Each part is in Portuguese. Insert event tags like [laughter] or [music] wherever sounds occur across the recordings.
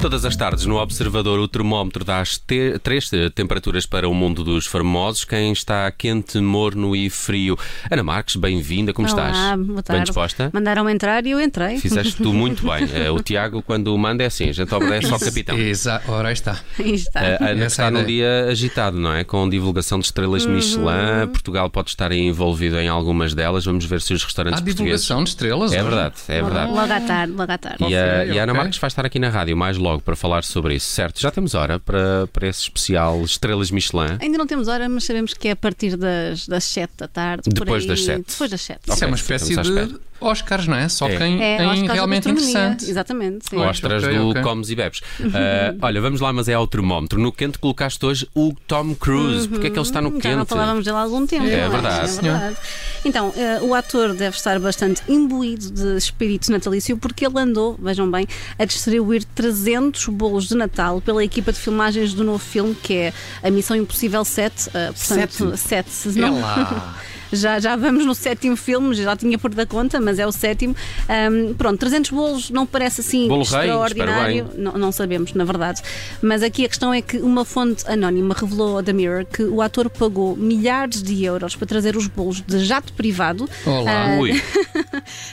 Todas as tardes no Observador, o termómetro dá as te- três eh, temperaturas para o mundo dos famosos. Quem está quente, morno e frio. Ana Marques, bem-vinda, como Olá, estás? boa tarde. Bem disposta? [laughs] Mandaram entrar e eu entrei. Fizeste tu muito bem. Eh, O Tiago, quando manda, é assim: a gente obedece ao capitão. Exa ora aí está. [laughs] Aí está. A Ana Essa é está num ideia. dia agitado, não é? Com divulgação de estrelas Uhum. Michelin, Portugal pode estar envolvido em algumas delas. Vamos ver se os Há restaurantes portugueses. divulgação de estrelas. É hoje? verdade, é verdade. Hum. Logo à tarde, logo à tarde. E a, Ok, e a Ana ok. Marques vai estar aqui na rádio mais logo para falar sobre isso, certo? Já temos hora para, para esse especial Estrelas Michelin. Ainda não temos hora, mas sabemos que é a partir das, das 7 da tarde. por Depois aí. das sete. Depois das 7. Ok, Isso é uma ficamos espécie à de espera. Oscars, não é? Só É. quem, É, quem Oscars da realmente gastronomia. interessante. Exatamente, sim. Pois, Ostras ok, do ok. Comes e Bebes. Ah, olha, vamos lá, mas é ao termómetro. No quente colocaste hoje o Tom Cruise. Porque é que ele está no Uhum, Já não quente? falávamos dele há algum tempo. É não verdade. É verdade. Então, eh, o ator deve estar bastante imbuído de espírito natalício porque ele andou, vejam bem, a distribuir 300 bolos de Natal pela equipa de filmagens do novo filme que é A Missão Impossível 7. eh, portanto, 7. É não, lá. [laughs] Já, já vamos no sétimo filme, já tinha perdido a conta, mas é o sétimo. Ahm, pronto, 300 bolos não parece assim Bolo rei, extraordinário. espero não, não sabemos, na verdade. Mas aqui a questão é que uma fonte anónima revelou a The Mirror que o ator pagou milhares de euros para trazer os bolos de jato privado. Ah, Olá. Ah, Ui,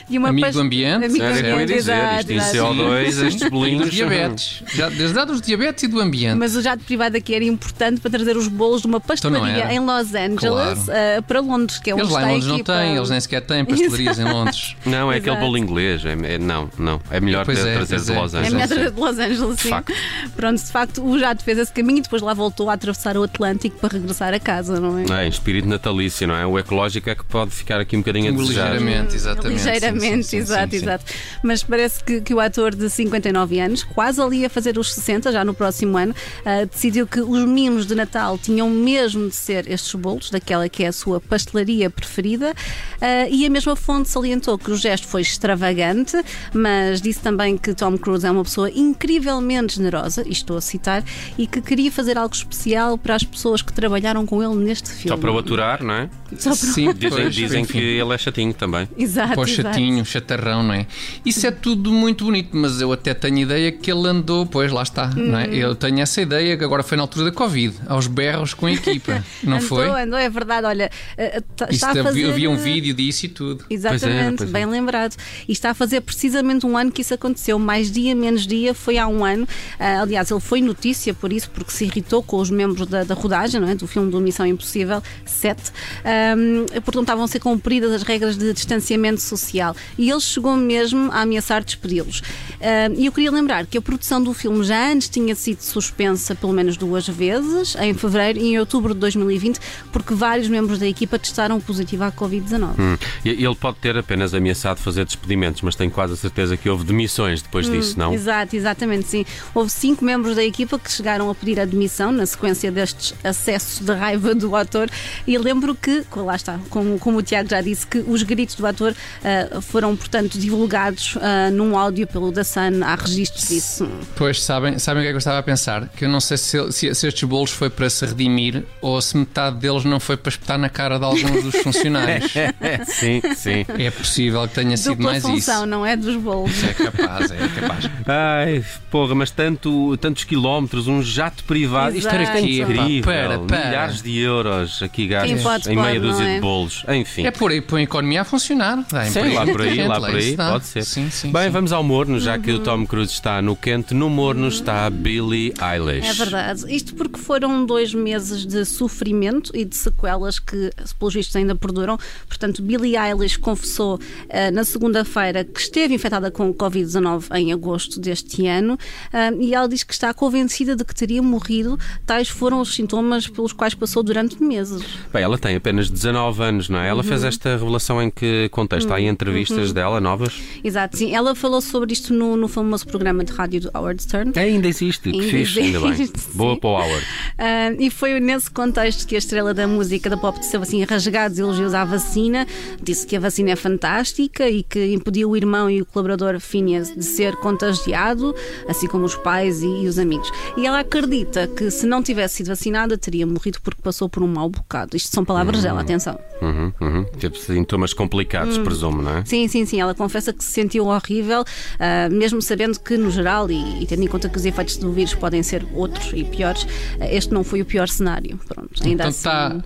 E uma Amigo pas- do ambiente. Amigo do era o que eu ia ambiente, dizer. exato, Isto em é exato. [laughs] CO2, estes E bolinhos. dos diabetes. Já, desde lá dos diabetes e do ambiente. Mas o jato privado aqui era importante para trazer os bolos de uma Então não pastelaria era. em Los Angeles ah, para Londres, que é eles onde lá está em Londres a não equipa. têm, eles nem sequer [laughs] têm pastelarias em Londres. Não, é aquele Exato. bolo inglês. É- é- não, não. É melhor Pois é, trazer pois de é, Los pois É é. melhor Angeles. trazer de Los Angeles, sim. facto. Pronto, de facto, o jato fez esse caminho e depois lá voltou a atravessar o Atlântico para regressar a casa, não é? É, em espírito natalício, não é? O ecológico é que pode ficar aqui um bocadinho a desejar. Ligeiramente, exatamente. Sim, sim, Ligeiramente, sim, sim, exato, sim, sim. exato. Mas parece que, que o ator de 59 anos, quase ali a fazer os 60, já no próximo ano, ah, decidiu que os mimos de Natal tinham mesmo de ser estes bolos, daquela que é a sua pastelaria preferida. Ah, e a mesma fonte salientou que o gesto foi extravagante, mas disse também que Tom Cruise é uma pessoa incrivelmente generosa, e estou a citar, e que queria fazer algo especial para as pessoas que trabalharam com ele neste filme. Só para o aturar, não é? Sim, Dizem, pois, dizem enfim. que ele é chatinho também. Exato, Pô, exato. chatinho, chatarrão, não é? Isso é tudo muito bonito, mas eu até tenho ideia que ele andou, pois lá está, não Uhum. é? Eu tenho essa ideia que agora foi na altura da Covid, aos berros com [laughs] a equipa, não andou, foi? Andou, é verdade. Olha, eh, eh, tá- Isto está a fazer. havia, havia um eh, vídeo disso e tudo. Exatamente, pois é. bem lembrado. E está a fazer precisamente um ano que isso aconteceu, mais dia, menos dia, foi há um ano. Ah, aliás, ele foi notícia por isso, porque se irritou com os membros da, da rodagem, não é? do filme do Missão Impossível 7, ahm, porque não estavam a ser cumpridas as regras de distanciamento social. E ele chegou mesmo a ameaçar despedi-los. Ahm, e eu queria lembrar que a produção do filme já antes tinha sido suspensa pelo menos duas vezes, em fevereiro e em outubro de 2020, porque vários membros da equipa testaram positivo à Covid-19. Hum. E- Ele pode ter apenas ameaçado fazer despedimentos, mas tenho quase a certeza que houve demissões depois Hum, disso, não? Exato, exatamente, sim. Houve cinco membros da equipa que chegaram a pedir admissão na sequência destes acessos de raiva do ator. E lembro que, co- lá está, como, como o Tiago já disse, que os gritos do ator ah, foram, portanto, divulgados ah, num áudio pelo da Sun. Há registros disso. Pois sabem, sabem o que é que eu estava a pensar? Que eu não sei se, ele- se- se estes bolos foi para se redimir ou se metade deles não foi para espetar na cara de [laughs] alguns dos funcionários. [laughs] sim, sim. É possível que tenha sido Dupla mais função, não é? Dos bolos. isso. É capaz, é capaz. Ai, porra, mas tanto, tantos quilómetros, um jato privado. Isto Exato. é Aqui, pá, incrível. para, para. Milhares de euros aqui gastos Quem pode, em meia pode, dúzia não é? de bolos. Enfim. É por aí, põe a economia a funcionar. Dá Sim, emprego a lá por aí, muita lá gente, por aí, isso dá. pode ser. é Sim, sim, Bem, sim. vamos ao morno, já que o Tom Cruise está no quente, no morno está a Billie Eilish. Hum. É verdade. Isto porque foram dois meses de sofrimento e de sequelas que, pelos vistos, ainda perduram. Portanto, Billie Eilish confessou eh, na segunda-feira que esteve infectada com Covid-19 em agosto deste ano ah, e ela diz que está convencida de que teria morrido. Tais foram os sintomas pelos quais passou durante meses. Uhum. Hum. Bem, ela tem apenas 19 anos, não é? Ela fez esta revelação em que contexto? Há também entrevistas dela novas? Exato, sim. Ela falou sobre isto no, no famoso programa de rádio do Howard Stern. Ainda existe, que Ainda fixe, ainda bem. existe, sim. Boa para o Howard. Ah, e foi nesse contexto que a estrela da música da pop teceu assim rasgados elogios à vacina, disse que a vacina é fantástica e que impediu o irmão e o colaborador Phineas de ser contagiado, assim como os pais e, e os amigos. E ela acredita que se não tivesse sido vacinada teria morrido porque passou por um mau bocado. Isto são palavras dela, atenção. Uhum, uhum. Tipo sintomas complicados, Hum. presumo, não é? Sim, sim, sim. Ela confessa que se sentiu horrível, ah, mesmo sabendo que, no geral, e, e tendo em conta que os efeitos do vírus podem ser outros e piores, ah, este não foi o pior cenário. Pronto, ainda Então assim. está.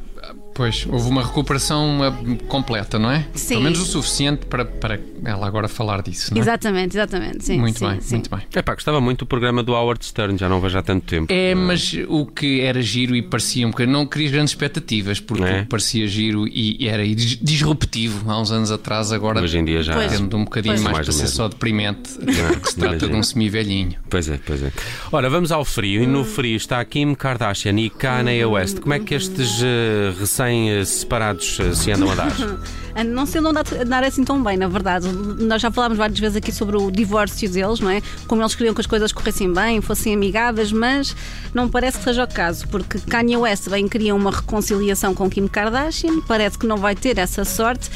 Pois, houve uma recuperação ah, completa, não é? Sim. Pelo menos o suficiente para, para ela agora falar disso, não é? Exatamente, exatamente. Sim, Muito sim, bem, sim. muito bem. Epá, gostava muito do programa do Howard Stern, já não vejo há tanto tempo. É, mas o que era giro e parecia um bocadinho. Não querias grandes expectativas, porque É. parecia giro e era dis- disruptivo há uns anos atrás, agora. Hoje em dia já- Tendo um bocadinho Pois. mais Mais para do ser mesmo. só deprimente, porque se trata de é? Imagino. um semivelhinho. Pois é, pois é. Ora, vamos ao frio. E no Hum. frio está Kim Kardashian e Kanye West. Como é que estes eh, recém-separados eh, se andam a dar? [laughs] Ah, Não sei não dar- dar assim tão bem, na verdade. Nós já falámos várias vezes aqui sobre o divórcio deles, não é? Como eles queriam que as coisas corressem bem, fossem amigáveis, mas não parece que seja o caso, porque Kanye West bem queria uma reconciliação com Kim Kardashian, parece que não vai ter essa sorte.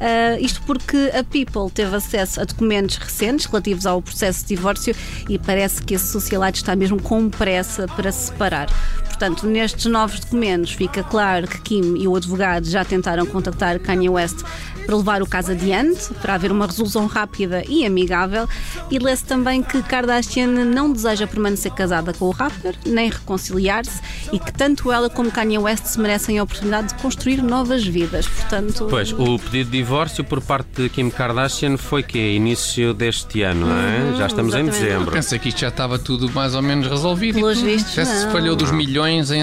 Ah, isto porque a People teve acesso a documentos recentes relativos ao processo de divórcio e parece que esse socialite está mesmo com pressa para se separar. Portanto, nestes novos documentos fica claro que Kim e o advogado já tentaram contactar Kanye West para levar o caso adiante, para haver uma resolução rápida e amigável. E lê-se também que Kardashian não deseja permanecer casada com o rapper, nem reconciliar-se, e que tanto ela como Kanye West se merecem a oportunidade de construir novas vidas. Portanto, Pois, o pedido de divórcio por parte de Kim Kardashian foi que é início deste ano, não é? já estamos em Hum, exatamente. dezembro. Pensei que isto já estava tudo mais ou menos resolvido. e Pelos tudo. vistos, Até se não. falhou dos milhões em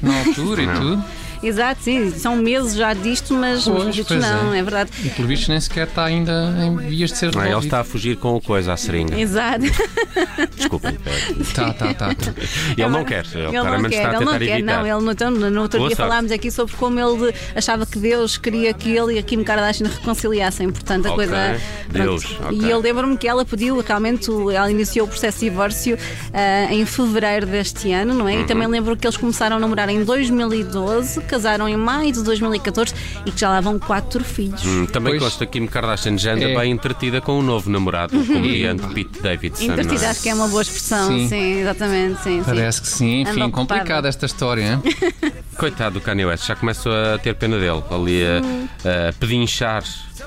[laughs] na altura e tudo. exato, sim, são meses já disto, mas Pois, mas disto pois é. não, é verdade. E pelo visto nem sequer está ainda em vias de ser Não é? Ele resolvido. está a fugir com o coisa à [laughs] seringa. Exato. Desculpem. Tá, tá, tá. [laughs] tá. Ele não quer. Ele, Ele não claramente quer, está a ele tentar não quer, evitar. não, ele não, então, no outro Boa dia sorte. falámos aqui sobre como ele achava que Deus queria que ele e a Kim Kardashian reconciliassem, portanto a Ok, coisa. pronto. Deus, ok. E eu lembro-me que ela pediu, realmente, o- ela iniciou o processo de divórcio ah, em fevereiro deste ano, não é? E Uhum. também lembro que eles começaram a namorar em 2012, casaram em maio de 2014 e que já lá vão quatro filhos. Hum, Também Pois. consta que Kim Kardashian já anda É. bem entretida com o novo namorado, [laughs] o comediante Pete Davidson. não é? Entretida, acho que é uma boa expressão, Sim. sim, exatamente, sim, sim. Parece que sim, Anda enfim, ocupada. complicada esta história, hein? Coitado do Kanye West, já começo a ter pena dele, ali a, a pedinchar.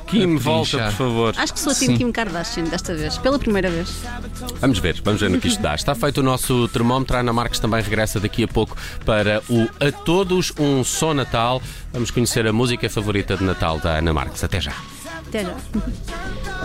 Kim, A volta, pedinchar. por favor. Acho que sou Sim. assim Kim Kardashian desta vez, pela primeira vez. Vamos ver, vamos ver no que isto dá. Está feito o nosso termómetro. A Ana Marques também regressa daqui a pouco para o A Todos Um Só Natal. Vamos conhecer a música favorita de Natal da Ana Marques. Até já. Até já.